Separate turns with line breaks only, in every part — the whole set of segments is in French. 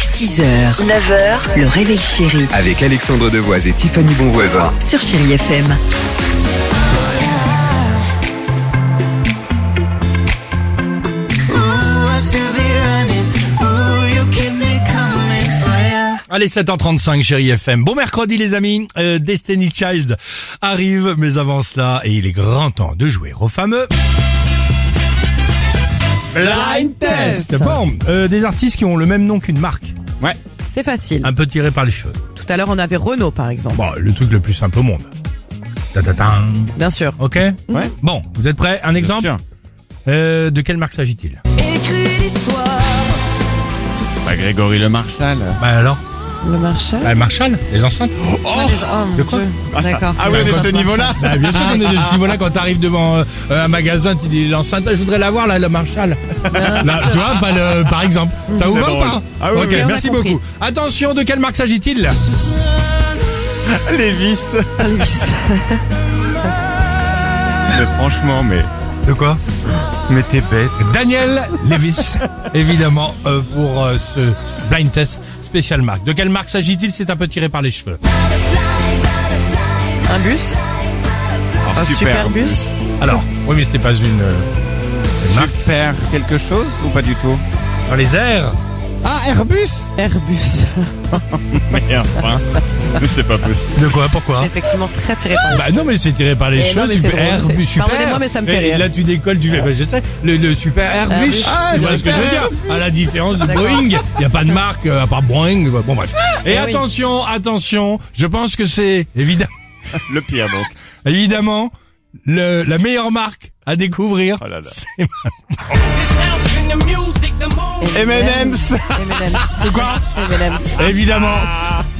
6h, 9h, le réveil chéri
Avec Alexandre Devoise et Tiffany Bonvoisin.
sur Chéri FM.
Allez, 7h35, chérie FM. Bon mercredi, les amis. Euh, Destiny Child arrive, mais avant cela, et il est grand temps de jouer au fameux
Blind
test. Bon, euh, des artistes qui ont le même nom qu'une marque,
C'est facile.
un peu tiré par les cheveux.
Tout à l'heure, on avait Renault, par exemple.
Bon, le truc le plus simple au monde. Ta-ta-tan.
Bien sûr.
Ok
Ouais.
Bon, vous êtes prêts Un exemple Euh, De quelle marque s'agit-il
Pas Grégory Le Marchal.
Bah alors
Le Marshall.
bah, Marshall Les enceintes
Ah, les- oh, mon
de quoi
Dieu. D'accord.
Ah oui, on est à ce niveau-là
Bah bien sûr qu'on est de ce niveau-là quand t'arrives devant euh, un magasin, tu dis l'enceinte, je voudrais l'avoir là, la Marshall. Là, tu vois, bah, le- par exemple. Ça vous va ou
drôle.
pas
Ah oui,
Ok,
oui,
on a
merci
compris.
beaucoup. Attention, de quelle marque s'agit-il
Lévis.
Elvis.
franchement, mais...
De quoi
Mais t'es bête.
Daniel Levis, évidemment, euh, pour euh, ce blind test spécial marque. De quelle marque s'agit-il C'est un peu tiré par les cheveux.
Un bus.
oh,
Un super bus.
Alors, oui, mais c'était pas une euh,
Super quelque chose ou pas du tout
dans les airs.
Ah, Airbus
Airbus.
Mais enfin, c'est pas possible.
De quoi Pourquoi
Effectivement, très tiré par
bah non mais c'est tiré par les
Eh non,
cheveux
mais c'est
super
drôle, c'est-
Airbus super
Pardonnez-moi, mais ça me fait
Et
rire.
là tu décolles tu fais bah, je sais le, le super Airbus,
Airbus.
Ah,
Tu vois
c'est
ce que je
super
veux dire à la différence de
D'accord.
Boeing il y a pas de marque euh, à part Boeing bah, bon bref
Eh
et
oui.
attention attention je pense que c'est évidemment
Le pire, donc.
évidemment le, la meilleure marque à découvrir
Oh là là.
c'est
M&M's
M&M's.
quoi
M&M's.
Évidemment,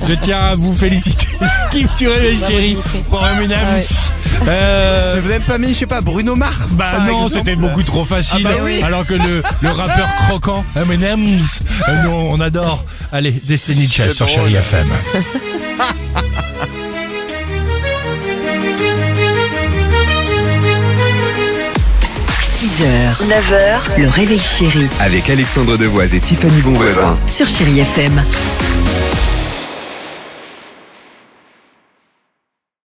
je tiens à vous féliciter. L'équipe tu réveilles, chérie pour M&M's.
Ah,
Euh,
Vous avez pas mis, je sais pas, Bruno Mars
bah
par
non,
exemple
c'était beaucoup trop facile.
Ah bah oui.
Alors que le, le rappeur croquant M&M's, euh, nous on adore. Allez, Destiny Child
C'est
sur
drôle.
Chérie FM.
h 9h, le réveil chéri
Avec Alexandre Devoise et Tiffany Bonvoisin.
sur Chéri FM.